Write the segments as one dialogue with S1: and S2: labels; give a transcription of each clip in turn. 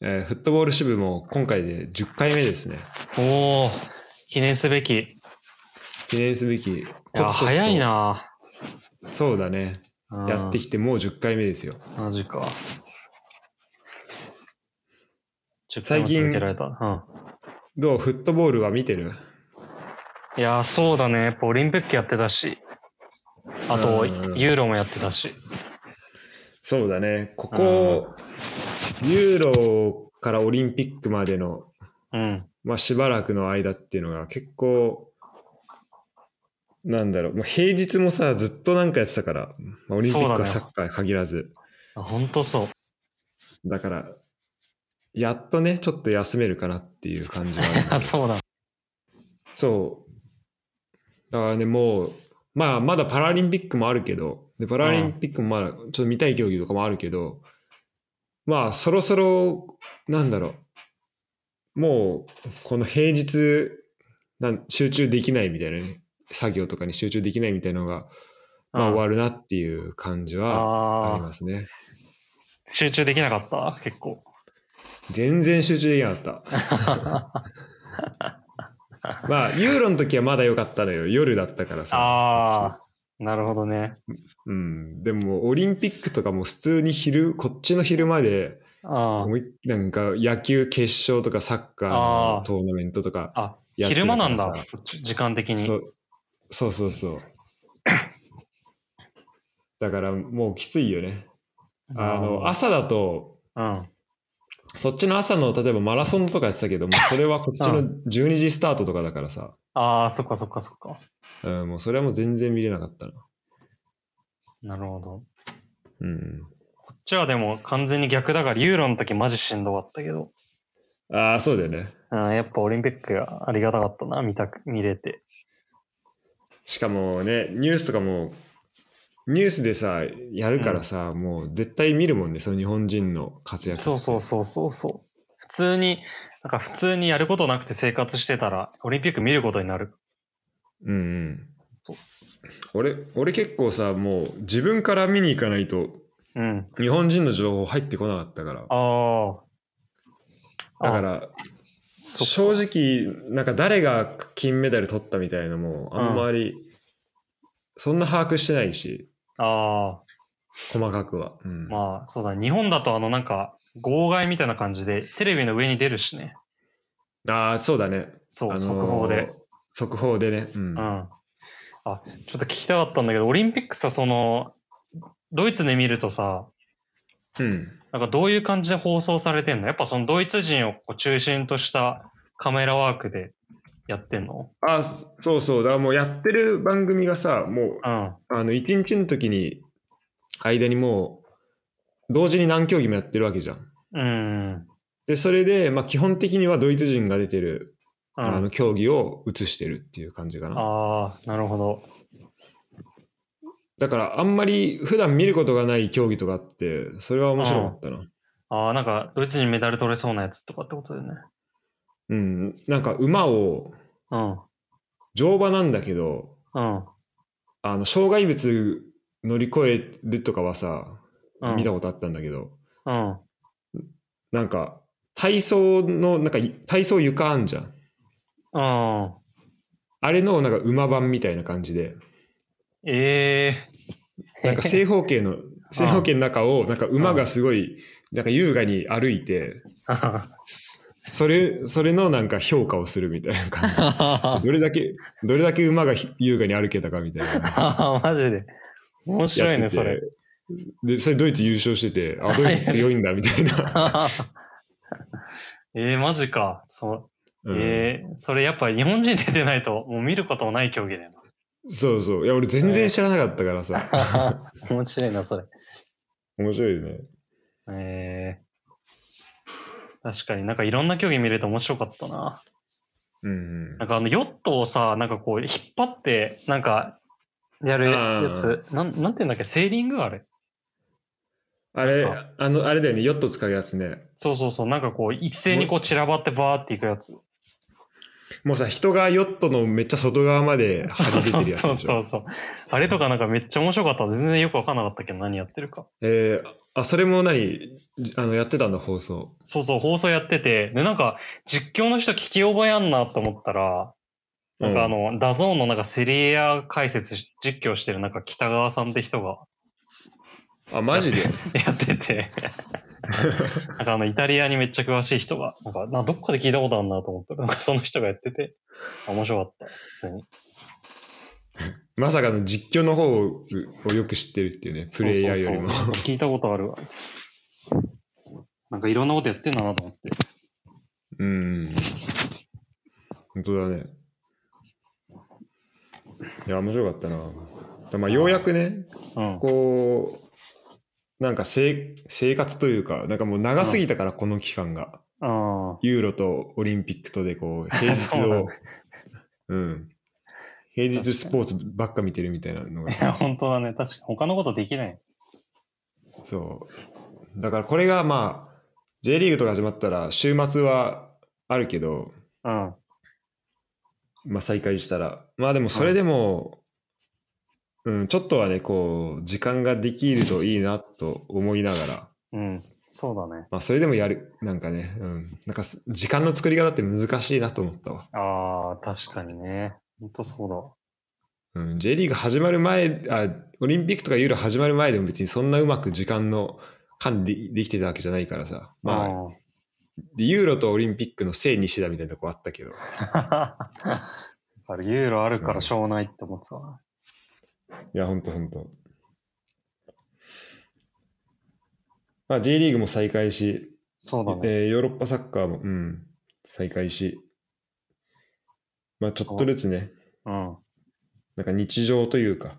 S1: えーフットボール支部も今回で10回目ですね。
S2: おお、記念すべき。い
S1: 記念すべき、
S2: や、
S1: コツコツと
S2: 早いな。
S1: そうだね。
S2: うん
S1: やってきてもう10回目ですよ。
S2: マジか。10
S1: 最
S2: 回も
S1: 近
S2: 続けられた。うん。
S1: どうフットボールは見てる
S2: いやー、そうだね。やっぱオリンピックやってたし、あと、
S1: うんうんうん
S2: ユーロもやってたし。
S1: そうだね。ここ、ユーロからオリンピックまでの、
S2: うん。
S1: まあ、しばらくの間っていうのが結構、なんだろう、もう平日もさ、ずっとなんかやってたから、まあ、オリンピ
S2: そう
S1: ッ
S2: だ
S1: クは
S2: ね
S1: サッカーに限らず。
S2: あほんとそう。
S1: だから、やっとね、ちょっと休めるかなっていう感じはあるんだけど
S2: あ、そうだ。
S1: そう。だからね、もう、まあ、まだパラリンピックもあるけど、で、パラリンピックもまだ、ちょっと見たい競技とかもあるけど、まあ、そろそろ、なんだろう、もう、この平日なん、集中できないみたいなね、作業とかに集中できないみたいなのが、まあ、
S2: うん
S1: 終わるなっていう感じはあり
S2: ああ、
S1: ますね。
S2: 集中できなかった結構。
S1: 全然集中できなか った。まあ、ユーロの時はまだ良かったのよ。夜だったからさ。
S2: ああ、なるほどね。
S1: うん、でもオリンピックとかも普通に昼こっちの昼まで
S2: あ
S1: 思いなんか野球決勝とかサッカーの
S2: あー
S1: トーナメントとか
S2: あ、あ、
S1: やってる
S2: 昼
S1: から
S2: 間なんだ
S1: さ。
S2: じ時間的に。
S1: そうそうそうそうだからもうきついよねあの
S2: あ
S1: 朝だと
S2: ー、
S1: そっちの朝の例えばマラソンとかやってたけ どもうそれはこっちの12時スタートとかだからさ、
S2: ああ、そっかそっかそっか。
S1: うん、もうそれはもう全然見れなかったな
S2: なるほど。
S1: うん
S2: こっちはでも完全に逆だから、ユーロの時マジしんどかったけど、
S1: ああそうだよね
S2: うん、やっぱオリンピックがありがたかったな、見たく、見れて。
S1: しかもね、ニュースとかも、ニュースでさ、やるからさ、もう絶対見るもんね、その日本人の活躍。
S2: そうそうそうそうそう。普通に、なんか普通にやることなくて生活してたら、オリンピック見ることになる。
S1: うんうん
S2: そう。
S1: 俺、俺結構さ、もう自分から見に行かないと、
S2: うん。
S1: 日本人の情報入ってこなかったから。
S2: ああ。
S1: だか
S2: あ、
S1: ら、
S2: そ
S1: 正直、なんか誰が金メダル取ったみたいなのも、あんまり、そんな把握してないし、
S2: ああ。
S1: 細かくは。うん
S2: まあ、そうだ、日本だとあの、なんか、号外みたいな感じで、テレビの上に出るしね。
S1: ああ、そうだね。
S2: そう、
S1: あのー
S2: 速報で。。
S1: 速報でね。うん。
S2: うん。あ、ちょっと聞きたかったんだけど、オリンピックさ、その、ドイツで見るとさ、
S1: うん
S2: なんかどういう感じで放送されてんのやっぱそのドイツ人をこう中心としたカメラワークでやってんの
S1: あ、そそうそう。だからもうやってる番組がさ、もう、
S2: うん。
S1: あの、一日の時に、間にもう、同時に何競技もやってるわけじゃん。
S2: うん。うん
S1: で、それで、まあ基本的にはドイツ人が出てる、あの、競技を映してるっていう感じかな。
S2: ああ、なるほど。
S1: だから、あんまり普段見ることがない競技とかあって、それは面白かったな。
S2: ああ、なんか、ドイツ人メダル取れそうなやつとかってことだよね。
S1: うん。なんか、馬を、
S2: うん。
S1: 乗馬なんだけど、
S2: うん。
S1: あの、障害物乗り越えるとかはさ、
S2: うん。
S1: 見たことあったんだけど、
S2: うん。
S1: なんか、体操の、なんか、体操床あんじゃん。
S2: うん。
S1: あれの、なんか、馬版みたいな感じで、
S2: ええ
S1: なんか、正方 形の、正方形の中を、なんか、馬がすごい、なんか、優雅に歩いて、すそれ、それのなんか、評価をするみたいな感じ。どれだけ、どれだけ馬がひ優雅に歩けたかみたいな。
S2: マジで。 面白い
S1: や
S2: ね、
S1: ってて
S2: それ。。
S1: で、それドイツ優勝してて、あ、ドイツ強いんだ、みたい な。
S2: ええマジか。そう。
S1: うん
S2: ええそれやっぱ日本人出てないと、もう見ることもない競技だよ
S1: そうそう。いや、俺全然知らなかったからさ。
S2: な。面白いな、それ。
S1: 面白いよね。
S2: ええ確かになんかいろんな競技見れて面白かったな。
S1: うんうん
S2: なん。かあのヨットをさ、なんかこう引っ張って、なんかやるやつ、なんなんていうんだっけ、セーリングあれ。
S1: あれ、あの、あれだよね、ヨット使うやつね。
S2: そうそうそう、なんかこう一斉にこう散らばってバーっていくやつ。
S1: もうさ、人がヨットのめっちゃ外側まで張
S2: そう
S1: り出て
S2: そう
S1: るやつ
S2: そ
S1: で
S2: う
S1: し
S2: そう
S1: ょ。
S2: そう。あれとかなんかめっちゃ面白かった。全然よくわかんなかったけど何やってるか。
S1: えーあ、それも何じあの、やってたんだ、放送。
S2: そうそう、放送やってて、で、なんか、実況の人聞き覚えあんなと思ったら、なんかあの、ダゾーンのなんかセリエア解説し、実況してるなんか北川さんって人が
S1: あ、マジで
S2: やって て、なんかあの、イタリアにめっちゃ詳しい人が、なんか、などっかで聞いたことあるなと思ったら、なんかその人がやってて、あ面白かった、普通に。
S1: まさかの実況の方ををよく知ってるっていうね、プレイヤーよりも。
S2: そうそうそう聞いたことあるわ。なんかいろんなことやってんだなと思って。
S1: うん。本当だね。いや、面白かったな。だまあ、ようやくね、
S2: うん。
S1: こう、なんか生生活というか、なんかもう長すぎたから、この期間が。
S2: あ
S1: ユーロとオリンピックとで、こう、平
S2: そう
S1: 日
S2: なん
S1: を、うん。平日スポーツばっか見てるみたいなのが
S2: あ。いや、本当だね。確かに他のことできない。
S1: そう。だからこれがまあ、J リーグとか始まったら、週末はあるけど、
S2: うん。
S1: まあ再開したら。まあでもそれでも、うん、ちょっとはね、こう、時間ができるといいなと思いながら、
S2: うん。そうだね。
S1: まあそれでもやる、なんかね、うん、なんかす時間の作り方って難しいなと思ったわ。
S2: ああ、確かにね。本当そう
S1: うん、J リーグ始まる前、あ、オリンピックとかユーロ始まる前でも別にそんなうまく時間の管理できてたわけじゃないからさ。
S2: だ。
S1: まあ、 でユーロとオリンピックのせいにしてたみたいなとこあったけど。
S2: あ。だからユーロあるからしょうがないって思ってたわ。
S1: いや、ほんとほんと。まあ、J リーグも再開し、
S2: そうだ
S1: え
S2: ね。
S1: ーヨーロッパサッカーも、うん、再開し、まあ、ちょっとずつね、
S2: うん。
S1: なんか日常というか、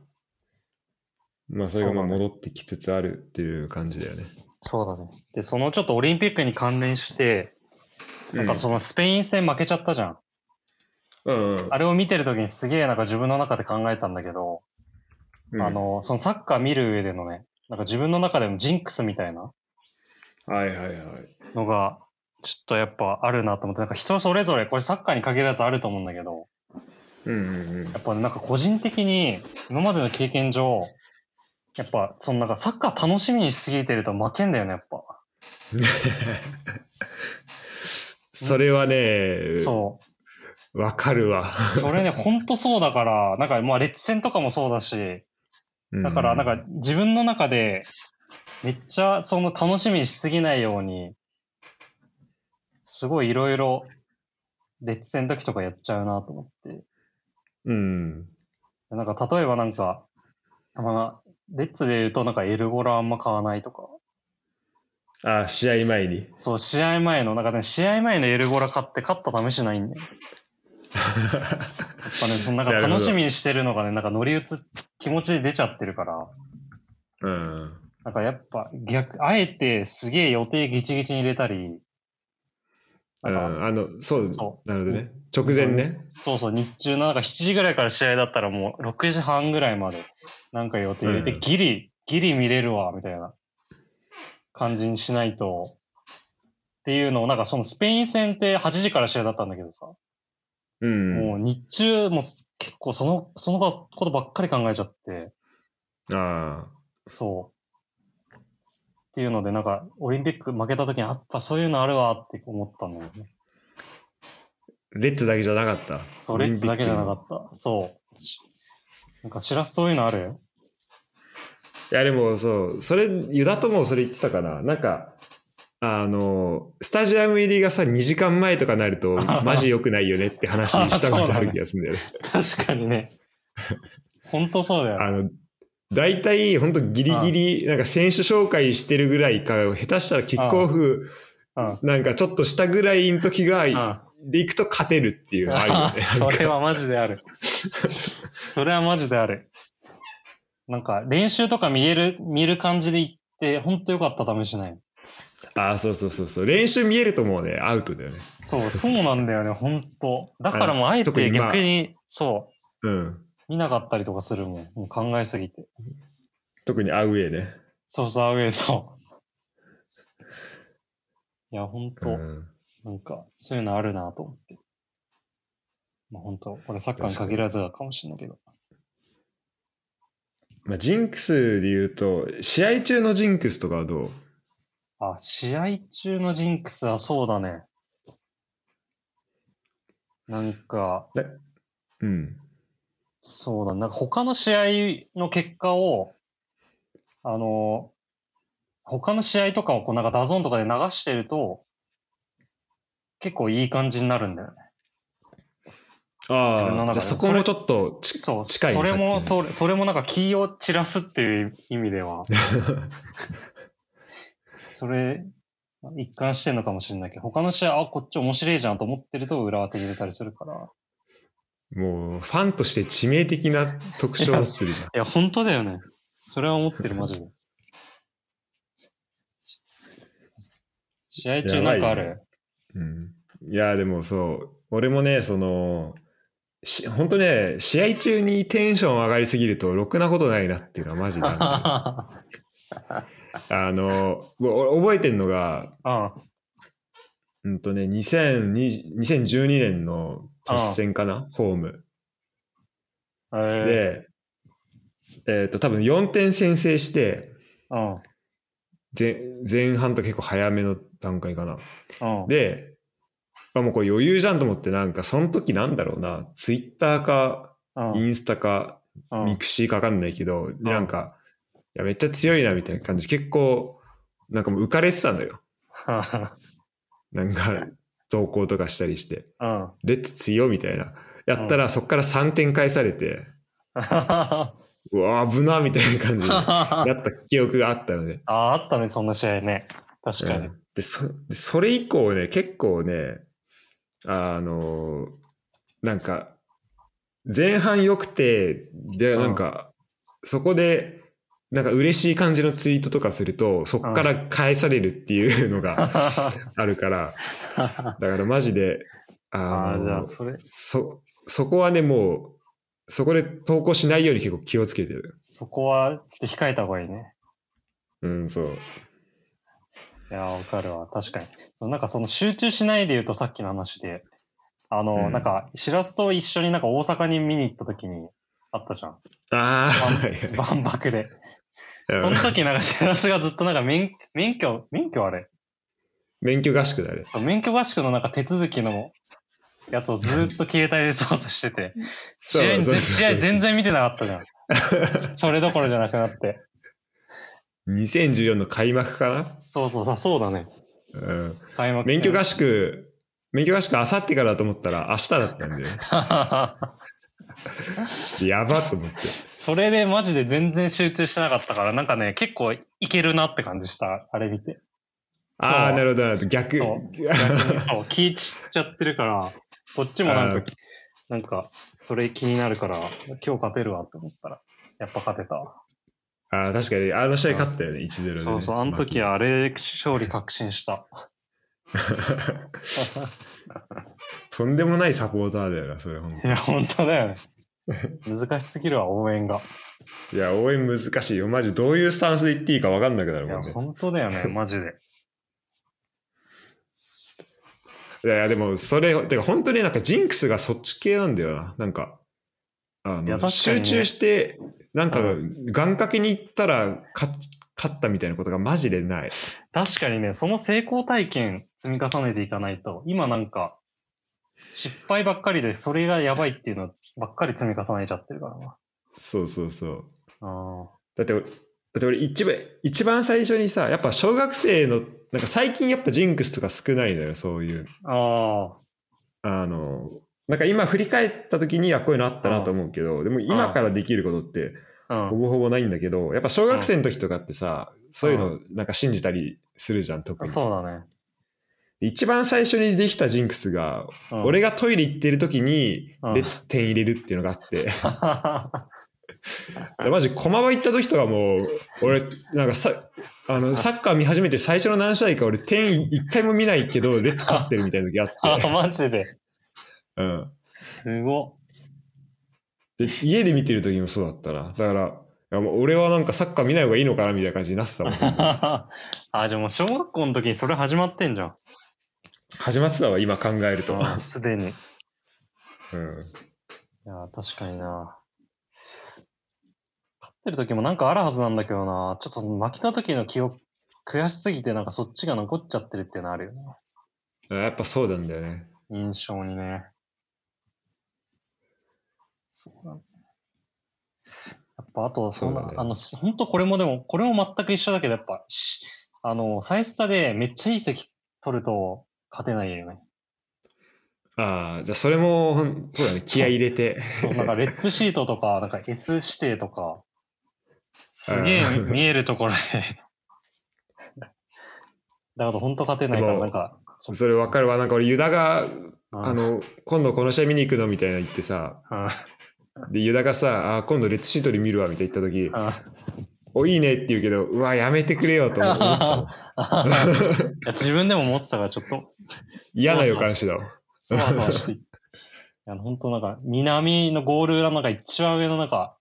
S1: まあ、それがまあ
S2: そうだ
S1: 戻ってきつつあるっていう感じだよね。
S2: そうだね。で、そのちょっとオリンピックに関連して、なんかそのスペイン戦負けちゃったじゃん。
S1: うん、うん
S2: あれを見てるときにすげえなんか自分の中で考えたんだけど、あ、の、そのサッカー見る上でのね、なんか自分の中でのジンクスみたいな
S1: はいはいはい。
S2: のが、ちょっとやっぱあるなと思って、なんか人それぞれ、これサッカーに限らずあると思うんだけど、
S1: うんうん
S2: やっぱなんか個人的に今までの経験上、やっぱそのなんかサッカー楽しみにしすぎてると負けんだよね、やっぱ。
S1: うん。それはね、
S2: そう。
S1: わかるわ。
S2: それね、ほんとそうだから、なんか、まあ、レッツ戦とかもそうだし、だから、なんか、自分の中で、めっちゃ、その、楽しみにしすぎないように、すごいいろいろ、レッツ戦の時とかやっちゃうなと思って。
S1: うん、
S2: なんか、例えばなんか、まあ、レッツで言うと、なんか、エルゴラあんま買わないとか、
S1: あ、試合前 に。
S2: そう、試合前の、なんかね、試合前のエルゴラ買って、勝った試しないんだよ。やっぱね、その、なんか、
S1: なるほど
S2: 楽しみにしてるのがね、なんか、乗り移っ、気持ちで出ちゃってるから、
S1: うん。
S2: なんかやっぱ逆、あえてすげえ予定ギチギチに入れた
S1: う
S2: り、
S1: ん、
S2: なんか
S1: あの、そう、
S2: そ
S1: なるほどね。直前ね。
S2: そうそう、日中のなんか7時ぐらいから試合だったらもう6時半ぐらいまでなんか予定入れ
S1: う
S2: て、
S1: ん
S2: ギリ、ギリ見れるわ、みたいな感じにしないと、っていうのを、なんかそのスペイン戦って8時から試合だったんだけどさ、
S1: うん。
S2: もう日中、もうす結構その、そのことばっかり考えちゃって、
S1: あ
S2: そう。っていうので、なんか、オリンピック負けた時に、やっぱそういうのあるわって思ったんだよね。
S1: あ。レッツだけじゃなかった。
S2: そう、レッツだけじゃなか
S1: っ
S2: った。そう。しなんか、しらすそういうのある
S1: た。いや、でもそう、それ、ユダともそれ言ってたかな。なんか、あの、スタジアム入りがさ、2時間前とかなる と、マジ良くないよねって話したことある気がするんだよね。
S2: 確かにね。本当そうだよ。
S1: あの、大体、ほんとギリギリ、なんか選手紹介してるぐらいか、下手したらキックオフ、
S2: うん。
S1: なんかちょっとしたぐらいの時
S2: うん
S1: が、でいくと勝てるっていうのあるよね。
S2: それはマジである。それはマジである。なんか、練習とか見える、見る感じで行って、本当よかった試しない。
S1: ああ、そうそうそうそう。練習見えるともうね、アウトだよね。
S2: そう、そうなんだよね、本当だからもう、あえ
S1: 特
S2: て
S1: にまあ
S2: 逆に、そう、
S1: うん。
S2: 見なかったりとかするもん。もう考えすぎて。
S1: 特にアウェーね。
S2: そうそう、アウェイそう。いや、本当
S1: うん。
S2: なんか、そういうのあるなと思って。まあ、本当これサッカーに限らずかもしれないけど。
S1: まあ、ジンクスで言うと、試合中のジンクスとかはどう
S2: あ、試合中のジンクスはそうだね。なんか、
S1: うん。
S2: そうだ、なんか他の試合の結果を、あの、他の試合とかをこうなんかダゾーンとかで流してると、結構いい感じになるんだよね。自分の
S1: ああ、
S2: 中で
S1: じゃあそこもちょっとち
S2: そう、
S1: 近いね
S2: それも、
S1: さっ
S2: それ、それもなんか気を散らすっていう意味では、 それ、一貫してんのかもしれないけど、他の試合、あ、こっち面白いじゃんと思ってると裏は手入れたりするから。
S1: もう、ファンとして致命的な特徴を持ってるじゃん。
S2: いや、本当だよね。それは思ってる、マジで。試合中なんかあ
S1: やばいよ
S2: る。
S1: うん、いや、でもそう、俺もね、その、し本当ね、試合中にテンション上がりすぎると、ろくなことないなっていうのはマジであるんだよね。
S2: あ
S1: あの、お覚えてんのが、
S2: あ、
S1: うんとね、2020 2012年の都市戦かな、ホーム。
S2: ええ
S1: で、えっ、と、多分4点先制して、
S2: うん、うん
S1: 前前半と結構早めの段階かな。、で、あもうこれ余裕じゃんと思って、なんかその時なんだろうな、ツイッターか、
S2: うん、
S1: インスタか、
S2: うん
S1: ミクシーかわかんないけど、でなんか、いや、めっちゃ強いなみたいな感じ、結構、なんかもう浮かれてたんだよ。なん か、投稿とかしたりして。
S2: うん。
S1: レッツ強みたいな。やったらそっから3点返されて、
S2: あ
S1: うわ、危なみたいな感じに な
S2: あ、
S1: った記憶があったので。
S2: あったね、そんな試合ね。確か
S1: う
S2: に。
S1: んでそでそれ以降ね、結構ね、あのーなんか、前半良くて、で、
S2: うん
S1: なんか、そこで、なんか嬉しい感じのツイートとかすると、そっから返されるっていうのが あるから、
S2: あ
S1: だからマジで、あの
S2: あ
S1: ー
S2: ー、じゃあ、それ、
S1: そ、そこはね、もう、そこで投稿しないように結構気をつけてる。
S2: そこは、ちょっと控えた方がいいね。
S1: うん、そう。
S2: いやー、わかるわ。確かに。そうなんかその集中しないで言うとさっきの話で、あの、
S1: うん
S2: なんか、しらすと一緒になんか大阪に見に行った時にあったじゃん。
S1: ああ、
S2: あ
S1: はい はい
S2: 万博で。
S1: うん
S2: その時なんかしらすがずっとなんか免免許、免許あれ
S1: 免許合宿だね。
S2: そう免許合宿のなんか手続きのやつをずーっと携帯で操作してて、試
S1: そう
S2: 合に
S1: そうそうそう
S2: 全試合全然見てなかったじゃん。それどころじゃなくなって。
S1: 2014の開幕か
S2: そうそうそう、そうだね。
S1: な、うん、
S2: 開幕戦
S1: 免許合宿、免許合宿あさってからだと思ったら明日だったんで、やばと思って。
S2: それでマジで全然集中してなかったから、なんかね、結構いけるなって感じした、あれ見て。
S1: あ
S2: そ
S1: あ、
S2: う
S1: なるほど、なるほど。逆。
S2: そう逆にそう、気散っちゃってるから、こっちもなん
S1: あ
S2: か
S1: ー、
S2: なんか、それ気になるから、今日勝てるわって思ったら、やっぱ勝てたわ。
S1: ああ、確かに、あの試合勝ったよね、1-0で、ね。
S2: そうそう、あの時
S1: は。
S2: はあれ、勝利確信した。
S1: とんでもないサポーターだよな、それ、本
S2: いや、本当だ よね。難しすぎるわ、応援が。
S1: 当いや、応援難しいよ。マジ、どういうスタンスで言っていいか分かんなくなる
S2: い
S1: も
S2: や、
S1: んね。
S2: 本当だ よね、マジで。
S1: いやいやでもそれてか本当になんかジンクスがそっち系なんだよななんかあ
S2: い
S1: の
S2: や確かにね
S1: 集中してなんか
S2: う
S1: 願掛けに行ったら勝勝ったみたいなことがマジでない
S2: 確かにね、その成功体験積み重ねていかないと、今なんか、失敗ばっかりで、それがやばいっていうのばっかり積み重ねちゃってるからな。
S1: そうそうそう
S2: あ
S1: だって俺だって俺一番一番最初にさやっぱ小学生のなんか最近やっぱジンクスとか少ないのよそういう
S2: ーあ
S1: あのなんか今振り返った時にはこういうのあったなと思うけどでも今からできることって
S2: ー、う
S1: ほ
S2: ん。
S1: ぼほぼないんだけど、やっぱ小学生の時とかってさ、そういうのなんか信じたりするじゃん、特に。
S2: そうだね。
S1: 一番最初にできたジンクスが、
S2: うん、
S1: 俺がトイレ行ってる時に
S2: うん、
S1: レッツ点入れるっていうのがあって、
S2: が。
S1: マジ駒場行った時とかも、俺、なんかさ、あの、サッカー見始めて最初の何試合か俺点一回も見ないけど、レッツ勝ってるみたいな時あ
S2: あ
S1: って、
S2: マジで。
S1: うん。
S2: すご
S1: で、家で見てる時もそうだったな。だから、いやもう俺はなんかサッカー見ない方がいいのかなみたいな感じになってたもん。
S2: っ。 あ、じゃあもう小学校の時にそれ始まってんじゃん。
S1: 始まってたわ、今考えると。
S2: あーすでに。い
S1: うん。
S2: やー、確かにな。勝ってる時もなんかあるはずなんだけどな、ちょっと負けた時の記憶、悔しすぎてなんかそっちが残っちゃってるっていうのあるよね。
S1: あやっぱそうなんだよね。
S2: 印象にね。そうだね。やっぱあと、そんな、
S1: そうだね
S2: あの、し本当これもでも、これも全く一緒だけど、やっぱ、しあの、サイスタでめっちゃいい席取ると勝てないよね。
S1: ああ、じゃあそれも、ほんそうだね、気合い入れて。
S2: そう、なんかレッツシートとか、なんか S 指定とか、すげえ
S1: うん
S2: 見えるところで。 だから本当勝てないから、
S1: でも
S2: なんか、う
S1: それ分かるわ。なんか俺、ユダが、
S2: うん
S1: あ、の、今度この試合見に行くのみたいな言ってさ、
S2: うん、
S1: で、ユダがさ、あー今度レッツシートで見るわ、みたいな言った時、
S2: うん
S1: お、いいねって言うけど、うわ、やめてくれよと思って た
S2: いや自分でも思ってたから、ちょっと、
S1: 嫌な予感してたわ。
S2: そわそわして。い や、本当なんか、南のゴール裏の中、一番上の中、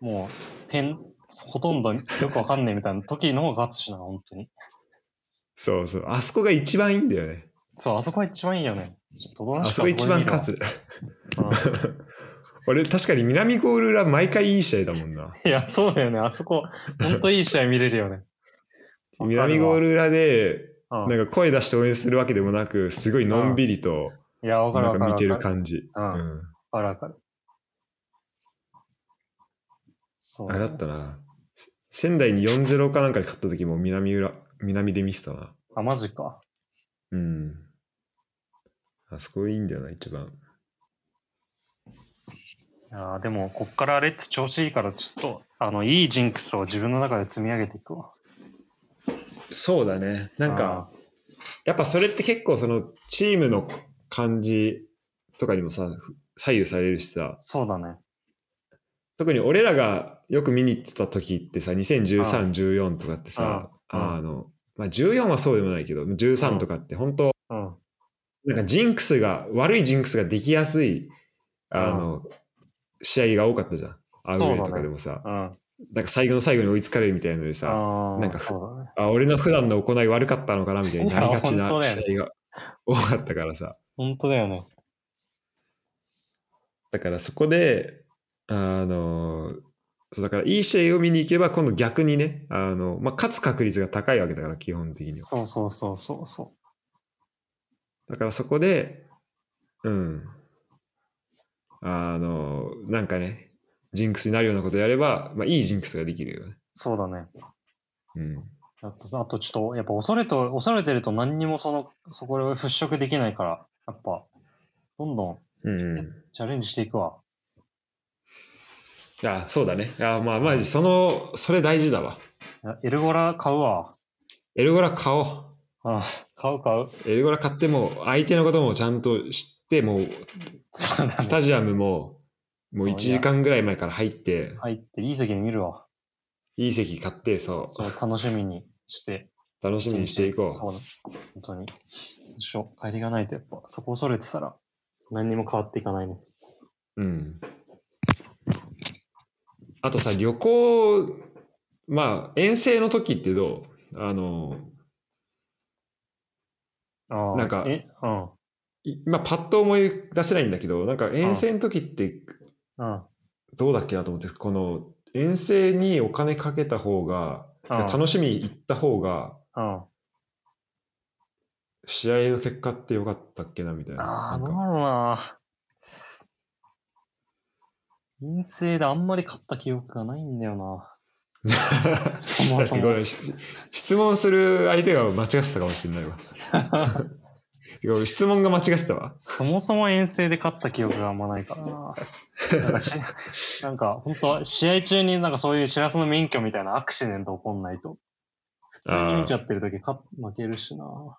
S2: もう、点、ほとんどよくわかんねえみたいな時の方が勝つしな、本当に。
S1: そうそう。あそこが一番いいんだよね。
S2: そう、あそこが一番いいよね。ちょっとおと
S1: あ
S2: なしく
S1: そこ一番
S2: で見るわ
S1: 勝つ。
S2: うん
S1: 俺、確かに南ゴール裏、毎回いい試合だもんな。
S2: いや、そうだよね。あそこ、ほんといい試合見れるよね。
S1: 南ゴール裏で、
S2: わかるわ、
S1: なんか声出して応援するわけでもなく、すごいのんびりと、
S2: うんいや、わかる
S1: な
S2: わ
S1: ん
S2: か
S1: か
S2: る。
S1: 見てる
S2: わか
S1: 感じ。
S2: う。
S1: うん
S2: わ
S1: ん。
S2: かるわかる。そう。
S1: あれだったな。せ仙台に4-0かなんかで勝った時も南裏、南で見せたな。
S2: あ、マジか。
S1: うん。あそこいいんだよな、一番。
S2: いやーでも、こっからあれって調子いいから、ちょっと、あの、いいジンクスを自分の中で積み上げていくわ。
S1: そうだね。なんか、やっぱそれって結構そのチームの感じとかにもさ、ふ左右されるしさ、
S2: そうだね。
S1: 特に俺らがよく見に行ってた時ってさ、
S2: あ
S1: 2013、14とかってさ、
S2: ああ
S1: あの、まあ、14はそうでもないけど、13とかって本当、
S2: うん。
S1: なんかジンクスが、悪いジンクスができやすい、あの、試合が多かったじゃん。アウ
S2: そ
S1: ェ
S2: うだね
S1: イとかでもさ、
S2: うん。あ
S1: なんか最後の最後に追いつかれるみたいなのでさ、
S2: あー、
S1: なんか
S2: そうだね。
S1: あ、俺の普段の行い悪かったのかなみたいになりがち
S2: いや
S1: な
S2: 本当だよね
S1: 試合が多かったからさ。
S2: ほんとだよね。
S1: だからそこで、あの、そうだからいい試合を見に行けば今度逆にね、あの、まあ、勝つ確率が高いわけだから基本的には。
S2: そうそうそうそうそ
S1: だからそこで、うん。あの、なんかね、ジンクスになるようなことやれば、まあ、いいジンクスができるよね。
S2: う。そうだね。
S1: うん。
S2: あとさ、あとちょっと、やっぱ恐れと、恐れてると何にもその、そこを払拭できないから、やっぱ、どんどん
S1: うん、うん。
S2: チャレンジしていくわ。
S1: いや、そうだね。いや、まあ、マジ、その、それ大事だわ。
S2: いやエルゴラ買うわ。
S1: エルゴラ買おう。
S2: ああ買う買う。
S1: エルゴラ買っても、相手のこともちゃんと知って、もう、
S2: そうだね
S1: スタジアムも、もう
S2: そう
S1: 1時間ぐらい前から入って、
S2: 入っていい席で見るわ。
S1: いい席買って、そ
S2: そう、楽しみにして。
S1: う、楽しみにしていこ。
S2: そううだ。本当に。一緒。変えていかないと、やっぱ、そこ恐れてたら、何にも変わっていかないね。
S1: うん。あとさ、旅行、まあ、遠征の時ってどうあの、
S2: ああ。
S1: なんか
S2: え、うん。
S1: いまあ、パッと思い出せないんだけど、なんか遠征の時って
S2: うん。
S1: どうだっけなと思って、この、遠征にお金かけた方が、楽しみに行った方が、
S2: うん。あ
S1: 試合の結果って良かったっけなみたいな。な
S2: あー、
S1: ん
S2: どう
S1: か
S2: だろうな。陰性であんまり勝った記憶がないんだよな。そも
S1: 確
S2: そ
S1: かに
S2: も
S1: ごめん質質問する相手が間違ってたかもしれ ないわ。 てか俺質問が間違ってたわ。
S2: そもそも遠征で勝った記憶があんまないからな。なんかしなんか本当は試合中になんかそういう知らせの免許みたいなアクシデント起こんないと。普通に見ちゃってるとき勝っ負けるしな。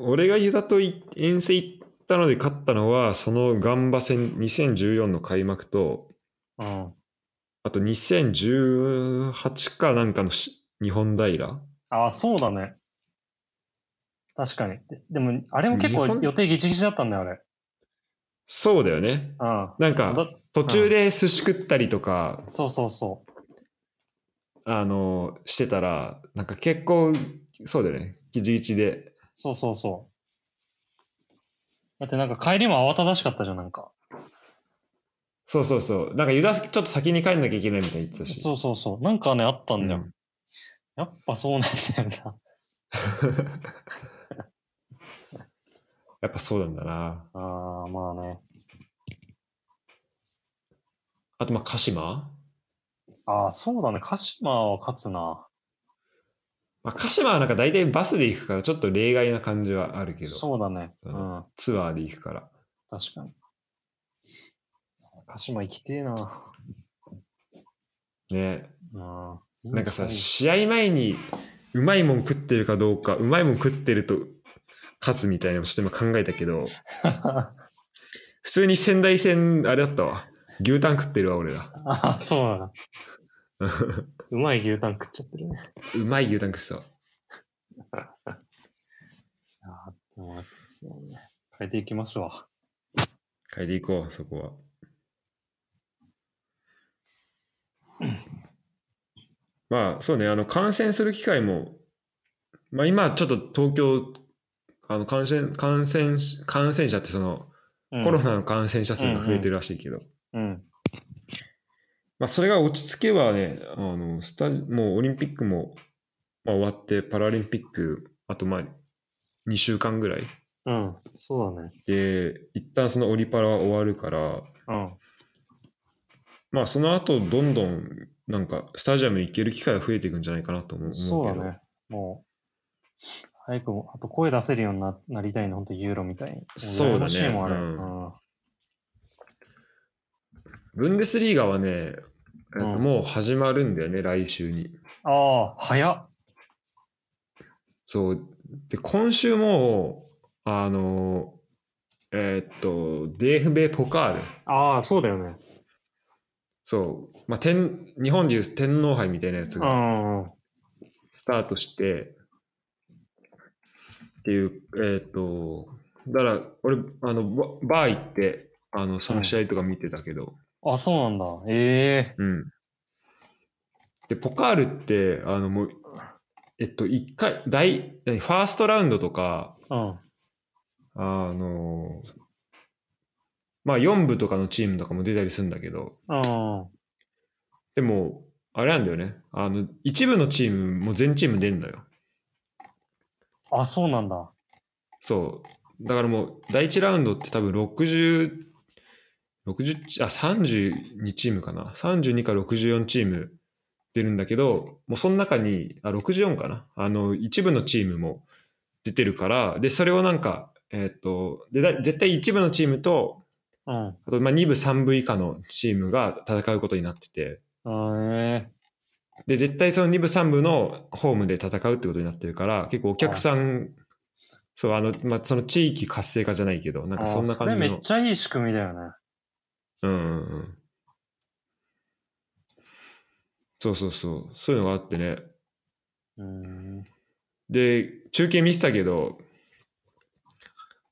S1: 俺がユダとい遠征行ったので勝ったのは、そのガンバ戦2014の開幕と、
S2: うん。
S1: あと2018かなんかのし日本平
S2: ああ、そうだね。確かに。ででも、あれも結構
S1: 日本
S2: 予定ギチギチだったんだよ、あれ。
S1: そうだよね。
S2: うん。
S1: なん
S2: だ
S1: か途中で寿司食ったりとか、
S2: そうそうそ
S1: あの、してたら、なんか結構、そうだよね。ギチギチで。
S2: う。そうそうそう。だってなんか帰りも慌ただしかったじゃん、なんか。
S1: そうそうそう。なんかユダちょっと先に帰んなきゃいけないみたいに言ってたし。
S2: そうそうそう。なんかね、あった
S1: うん
S2: だよ。
S1: ん
S2: やっぱそうなんだよ
S1: やっぱそうなんだな。
S2: な。ああ、まあね。
S1: あとまあ鹿島
S2: ああ、そうだね。鹿島は勝つな。
S1: まあ、鹿島はなんか大体バスで行くからちょっと例外な感じはあるけど、
S2: そうだね。
S1: う
S2: うんん。
S1: ツアーで行くから。
S2: 確かに。鹿島行きてえな。
S1: ね。
S2: うん。
S1: なんかさ、
S2: いい
S1: 試合前にうまいもん食ってるかどうか、うまいもん食ってると勝つみたいなのをちょっと今考えたけど、
S2: あ
S1: 普通に仙台戦、あれだったわ。牛タン食ってるわ、俺ら。
S2: あ、 そうだ な。うまい牛タン食っちゃってるね。
S1: うまい牛タン食ってたわ。
S2: ああ、でも、そうね。変えていきますわ。
S1: 変えていこう、そこ は。まあ、そうね、あの、感染する機会も、まあ今、ちょっと東京、あの、感染、感染し、感染者ってその、
S2: うん
S1: コロナの感染者数が増えてるらしいけど、
S2: うん。
S1: まあそれが落ち着けばね、あの、スタジ、もうオリンピックも、まあ終わって、パラリンピック、あとまあ、2週間ぐらい
S2: うん。そうだね。
S1: で、一旦そのオリパラは終わるから、
S2: うん。
S1: まあその後どんどんなんかスタジアム行ける機会が増えていくんじゃないかなと思う
S2: そう
S1: 思う
S2: だ
S1: けど
S2: ね。もう、早くも、あと声出せるようにななりたいの、本当ユーロみたいに。
S1: そうだね
S2: 羨ましいもんあれ
S1: うん
S2: うん
S1: ブンデスリーガはね、えっと
S2: うん
S1: もう始まるんだよね来週に
S2: ああ、早っ。
S1: そうで今週もあのえーっと DFB ポカール
S2: ああ、そうだよね。
S1: そう、まあ、天日本でいう天皇杯みたいなやつ
S2: う
S1: が
S2: ん。
S1: スタートしてっていうえーっとだから俺あのババー行ってあのその試合とか見てたけど、
S2: あ、そうなんだ。ええ
S1: うん。で、ポカールって、あの、もう、えっと、一回、第、何ファーストラウンドとか、
S2: うん。
S1: あの、まあ、4部とかのチームとかも出たりするんだけど、
S2: うん。
S1: でも、あれなんだよね。あの、一部のチームも全チーム出んのよ。
S2: あ、そうなんだ。
S1: そう。だからもう、第1ラウンドって多分60、60チあ、32チームかな。32から64チーム出るんだけど、もうその中に、あ、64かな。あの、一部のチームも出てるから、で、それをなんか、えーっ、と、で、だ絶対一部のチームと、
S2: うん。
S1: あと、まあ、2部、3部以下のチームが戦うことになってて、
S2: うんえ
S1: で、絶対その2部、3部のホームで戦うってことになってるから、結構お客さん、そう、あの、まあ、その地域活性化じゃないけど、
S2: え
S1: なんかそんな感
S2: あそ
S1: じ
S2: れめ
S1: の
S2: っ。ちゃいい仕組みだよね。
S1: うんうんうん。そうそうそう。そういうのがあってね。
S2: うん。
S1: で、中継見てたけど、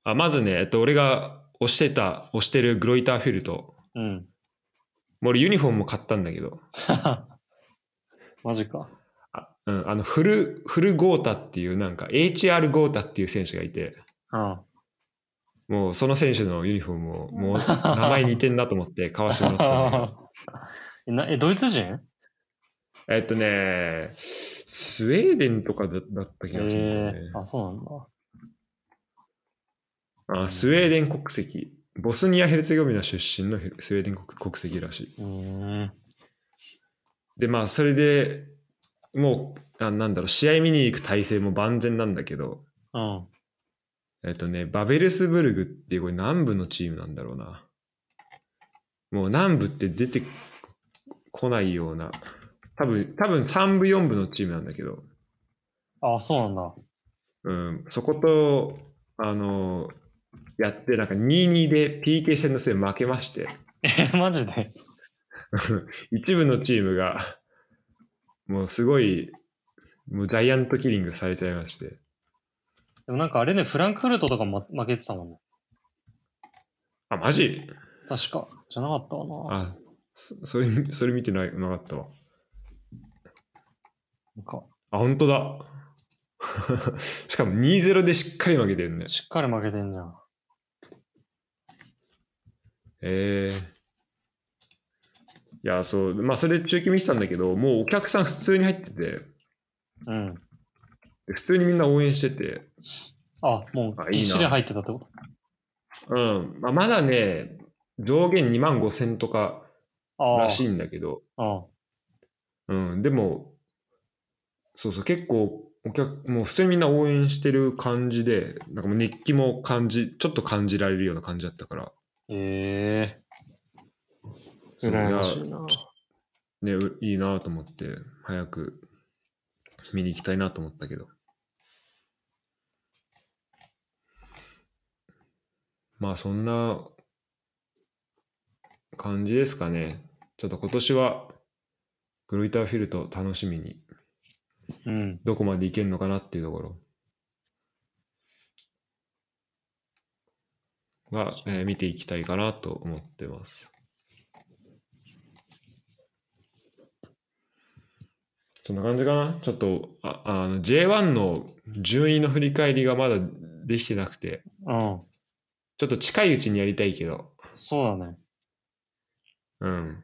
S1: あまずね、えっと、俺が押してた、押してるグロイターフィルト。
S2: うん。
S1: もう俺ユニフォームも買ったんだけど、
S2: マジか。
S1: あうん、あの、フル、フルゴータっていう、なんか、HR ゴータっていう選手がいて、
S2: うん。
S1: もうその選手のユニフォームを、もう名前似てんなと思って買わしてもらったんだけど。
S2: えなえ、ドイツ人
S1: えっとね、スウェーデンとかだだった気
S2: え
S1: がするんだよね。
S2: えあ、そうなんだ。
S1: あスウェーデン国籍。ボスニア・ヘルツェゴビナ出身のヘルスウェーデン国国籍らしい。
S2: うん。
S1: で、まあ、それでもう、あなんだろう、試合見に行く体制も万全なんだけど、
S2: うん。
S1: えっとね、バベルスブルグっていう、これ南部のチームなんだろうな。もう南部って出てこないような、多分、多分3部、4部のチームなんだけど、
S2: あ、そうなんだ。
S1: うん、そこと、あの、やって、なんか2-2で PK 戦の末負けまして、
S2: え、マジで。
S1: 一部のチームが、もうすごい、もうジャイアントキリングされちゃいまして。
S2: でもなんかあれね、フランクフルトとかも負けてたもんね。
S1: あ、マジ
S2: 確か。じゃなかったわな。
S1: あ、そそれ、それ見てないなかったわ。
S2: なんか、
S1: あ、本当だ。 しかも2-0でしっかり負けてるね。
S2: しっかり負けてんじゃん。
S1: えー、いや、そう、まあ、それ中継見てたんだけど、もうお客さん普通に入ってて、
S2: うん。
S1: 普通にみんな応援してて、
S2: あ、も
S1: あいいな
S2: うぎっしり入ってたってこと
S1: うん、まあ、まだね、上限2万5千とから
S2: ああ
S1: らしいんだけど、
S2: あ
S1: うん、でも、そうそう、結構、お客、もう普通にみんな応援してる感じで、なんかもう熱気も感じ、ちょっと感じられるような感じだったから、
S2: ええ
S1: そう
S2: 羨ましいな。
S1: ね、ういいなと思って、早く見に行きたいなと思ったけど。まあそんな感じですかね。ちょっと今年はグロイターフィルト楽しみに、
S2: うん。
S1: どこまでいけるのかなっていうところは、えー見ていきたいかなと思ってます。そんな感じかなちょっとああの J1 の順位の振り返りがまだできてなくて、
S2: うん。
S1: ちょっと近いうちにやりたいけど、
S2: そうだね。
S1: うん、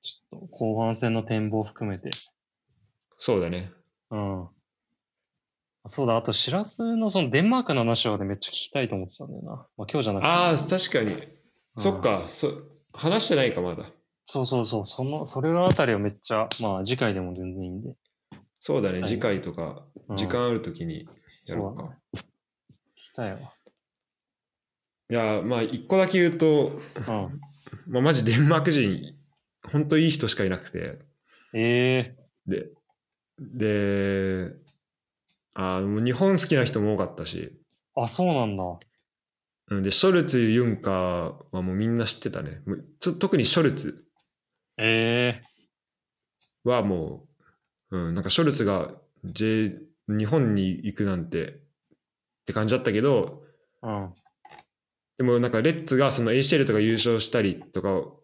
S2: ちょっと後半戦の展望含めて。
S1: そうだね。
S2: うん。そうだ、あと、シラスのそのデンマークの話をね、めっちゃ聞きたいと思ってたんだよな。まあ、今日じゃなくて。
S1: ああ、確かに。
S2: うん
S1: そっ。か、そ話してないか、まだ。
S2: そうそうそう。その、それのあたりをめっちゃ、まあ、次回でも全然いいんで。
S1: そうだね、
S2: はい
S1: 次回とか、
S2: うん
S1: 時間あるときにやろう
S2: そう
S1: か。
S2: 聞きたいわ。
S1: いや、まあ、一個だけ言うと、
S2: うん。
S1: まあ、マジデンマーク人、本当いい人しかいなくて、
S2: ええ
S1: で、で、あもう日本好きな人も多かったし、
S2: あ、そうなんだ。
S1: うんで、ショルツ、ユンカーはもうみんな知ってたね。もうちょ特にショルツ
S2: ええ
S1: はもう、うん、なんかショルツが、J、日本に行くなんてって感じだったけど、
S2: うん。
S1: でもなんかレッツがその ACL とか優勝したりとかを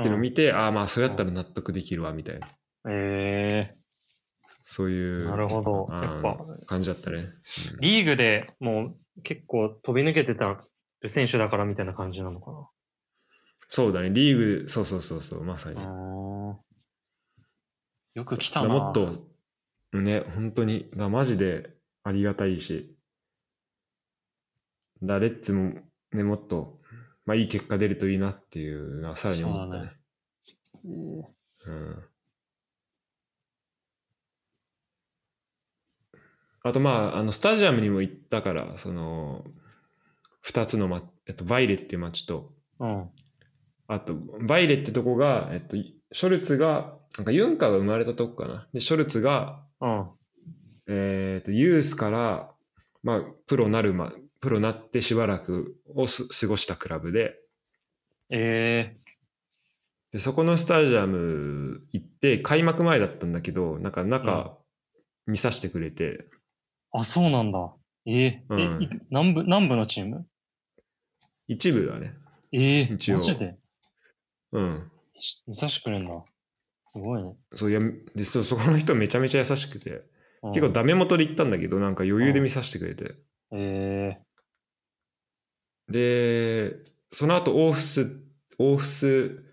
S1: っていうのを見て、ああまあそうやったら納得できるわみたいな
S2: うんえ
S1: そう
S2: え
S1: いう
S2: なるほど。
S1: あー
S2: やっぱ、
S1: 感じだったね、うん
S2: リーグでもう結構飛び抜けてた選手だからみたいな感じなのか
S1: そうだねリーグそうそうそうそうまさに
S2: な。うーんよく来
S1: だ
S2: た
S1: から
S2: な。
S1: もっとね本当にだからマジでありがたいしだからレッツもねもっとまあいい結果出るといいなっていうのはさらに思ったね
S2: え
S1: う
S2: ー
S1: んあとまあ、あのスタジアムにも行ったから、その、2つの、ま、えっと、バイレっていう町と、
S2: うん。
S1: あと、バイレってとこが、えっと、ショルツが、なんかユンカーが生まれたとこかな。で、ショルツが、
S2: うん。
S1: えっと、ユースから、まあ、プロなるま、プロなってしばらくをす過ごしたクラブで、
S2: え
S1: で、そこのスタジアム行って、開幕前だったんだけど、なんか中見させてくれて、
S2: ー、あ、そうなんだ。えー
S1: うん
S2: えい南部、南部のチーム
S1: 一部だね。
S2: ええ
S1: 一応
S2: マジで
S1: うん。
S2: し見さしてくれんだ。すごいね。
S1: そう、いや、で、そうそこの人めちゃめちゃ優しくて、
S2: うん
S1: 結構ダメ元で行ったんだけど、なんか余裕で見させてくれて。
S2: え
S1: で、その後、オーフス、オーフス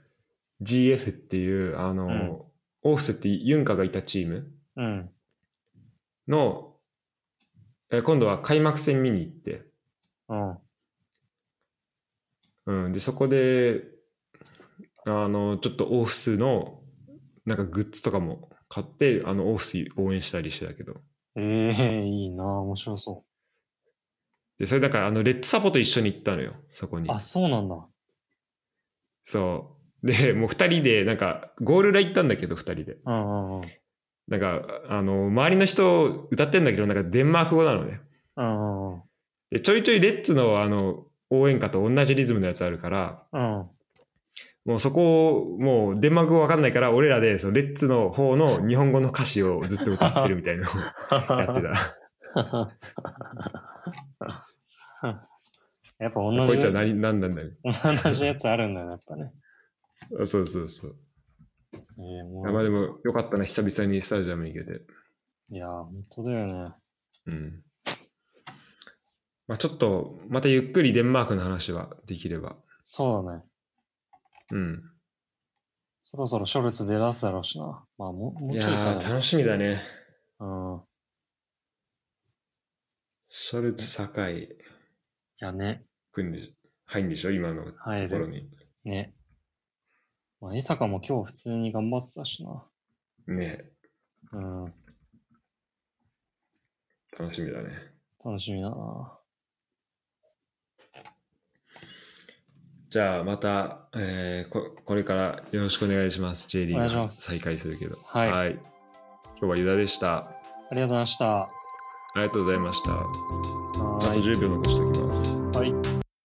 S1: GF っていう、あの、
S2: うん
S1: オーフスってユンカがいたチーム
S2: ー、うん。
S1: の、え今度は開幕戦見に行って、
S2: うん。
S1: うん、でそこであのちょっとオフスのなんかグッズとかも買ってあのオフス応援したりしてたけど
S2: ええいいな面白そ
S1: でそれだからあのレッツサポと一緒に行ったのよそこに
S2: う。あ、そうなんだ。
S1: そうでもう2人でなんかゴール裏行ったんだけど2人で
S2: うんうんうん。
S1: なんかあの周りの人歌ってんだけどなんかデンマーク語なのね
S2: うんうん
S1: でちょいちょいレッツのあの応援歌と同じリズムのやつあるから
S2: うん。うん。
S1: もうそこを、もうデンマーク語わかんないから、俺らで、そのレッツの方の日本語の歌詞をずっと歌ってるみたいなのをやってた。
S2: やっぱ同じ
S1: こいつは何、何なんだよ。
S2: 同じやつあるんだよね、やっぱね。
S1: あそうそうそう。
S2: えーも
S1: まあ
S2: う
S1: でも、よかったな、久々にスタジアムに行けて。
S2: いやー、本当だよね。
S1: うん。まあちょっと、またゆっくりデンマークの話はできれば。
S2: そうだね。
S1: うん。
S2: そろそろショルツ出だすだろうしな。まあ、ももう
S1: い
S2: ちょ
S1: や
S2: いか
S1: ー、
S2: な。
S1: 楽しみだね。
S2: うん。い
S1: ショルツ、酒井
S2: やね、
S1: 君で入るんでしょ今のとこ
S2: 入る
S1: ろに。
S2: ね。まあ、江坂も今日普通に頑張ってたしな。
S1: ね
S2: うん。
S1: 楽しみだね。
S2: 楽しみだな。
S1: じゃあ、また、えーこ、これからよろしくお願いします。J リー
S2: お願い
S1: グ
S2: し
S1: が
S2: ま
S1: 再
S2: す
S1: 開するけど。
S2: はい
S1: はい。今日はユダでした。あ
S2: ありがとうございました。は
S1: りがとうございました。あと
S2: ーい
S1: 10秒残しておきます。
S2: はい。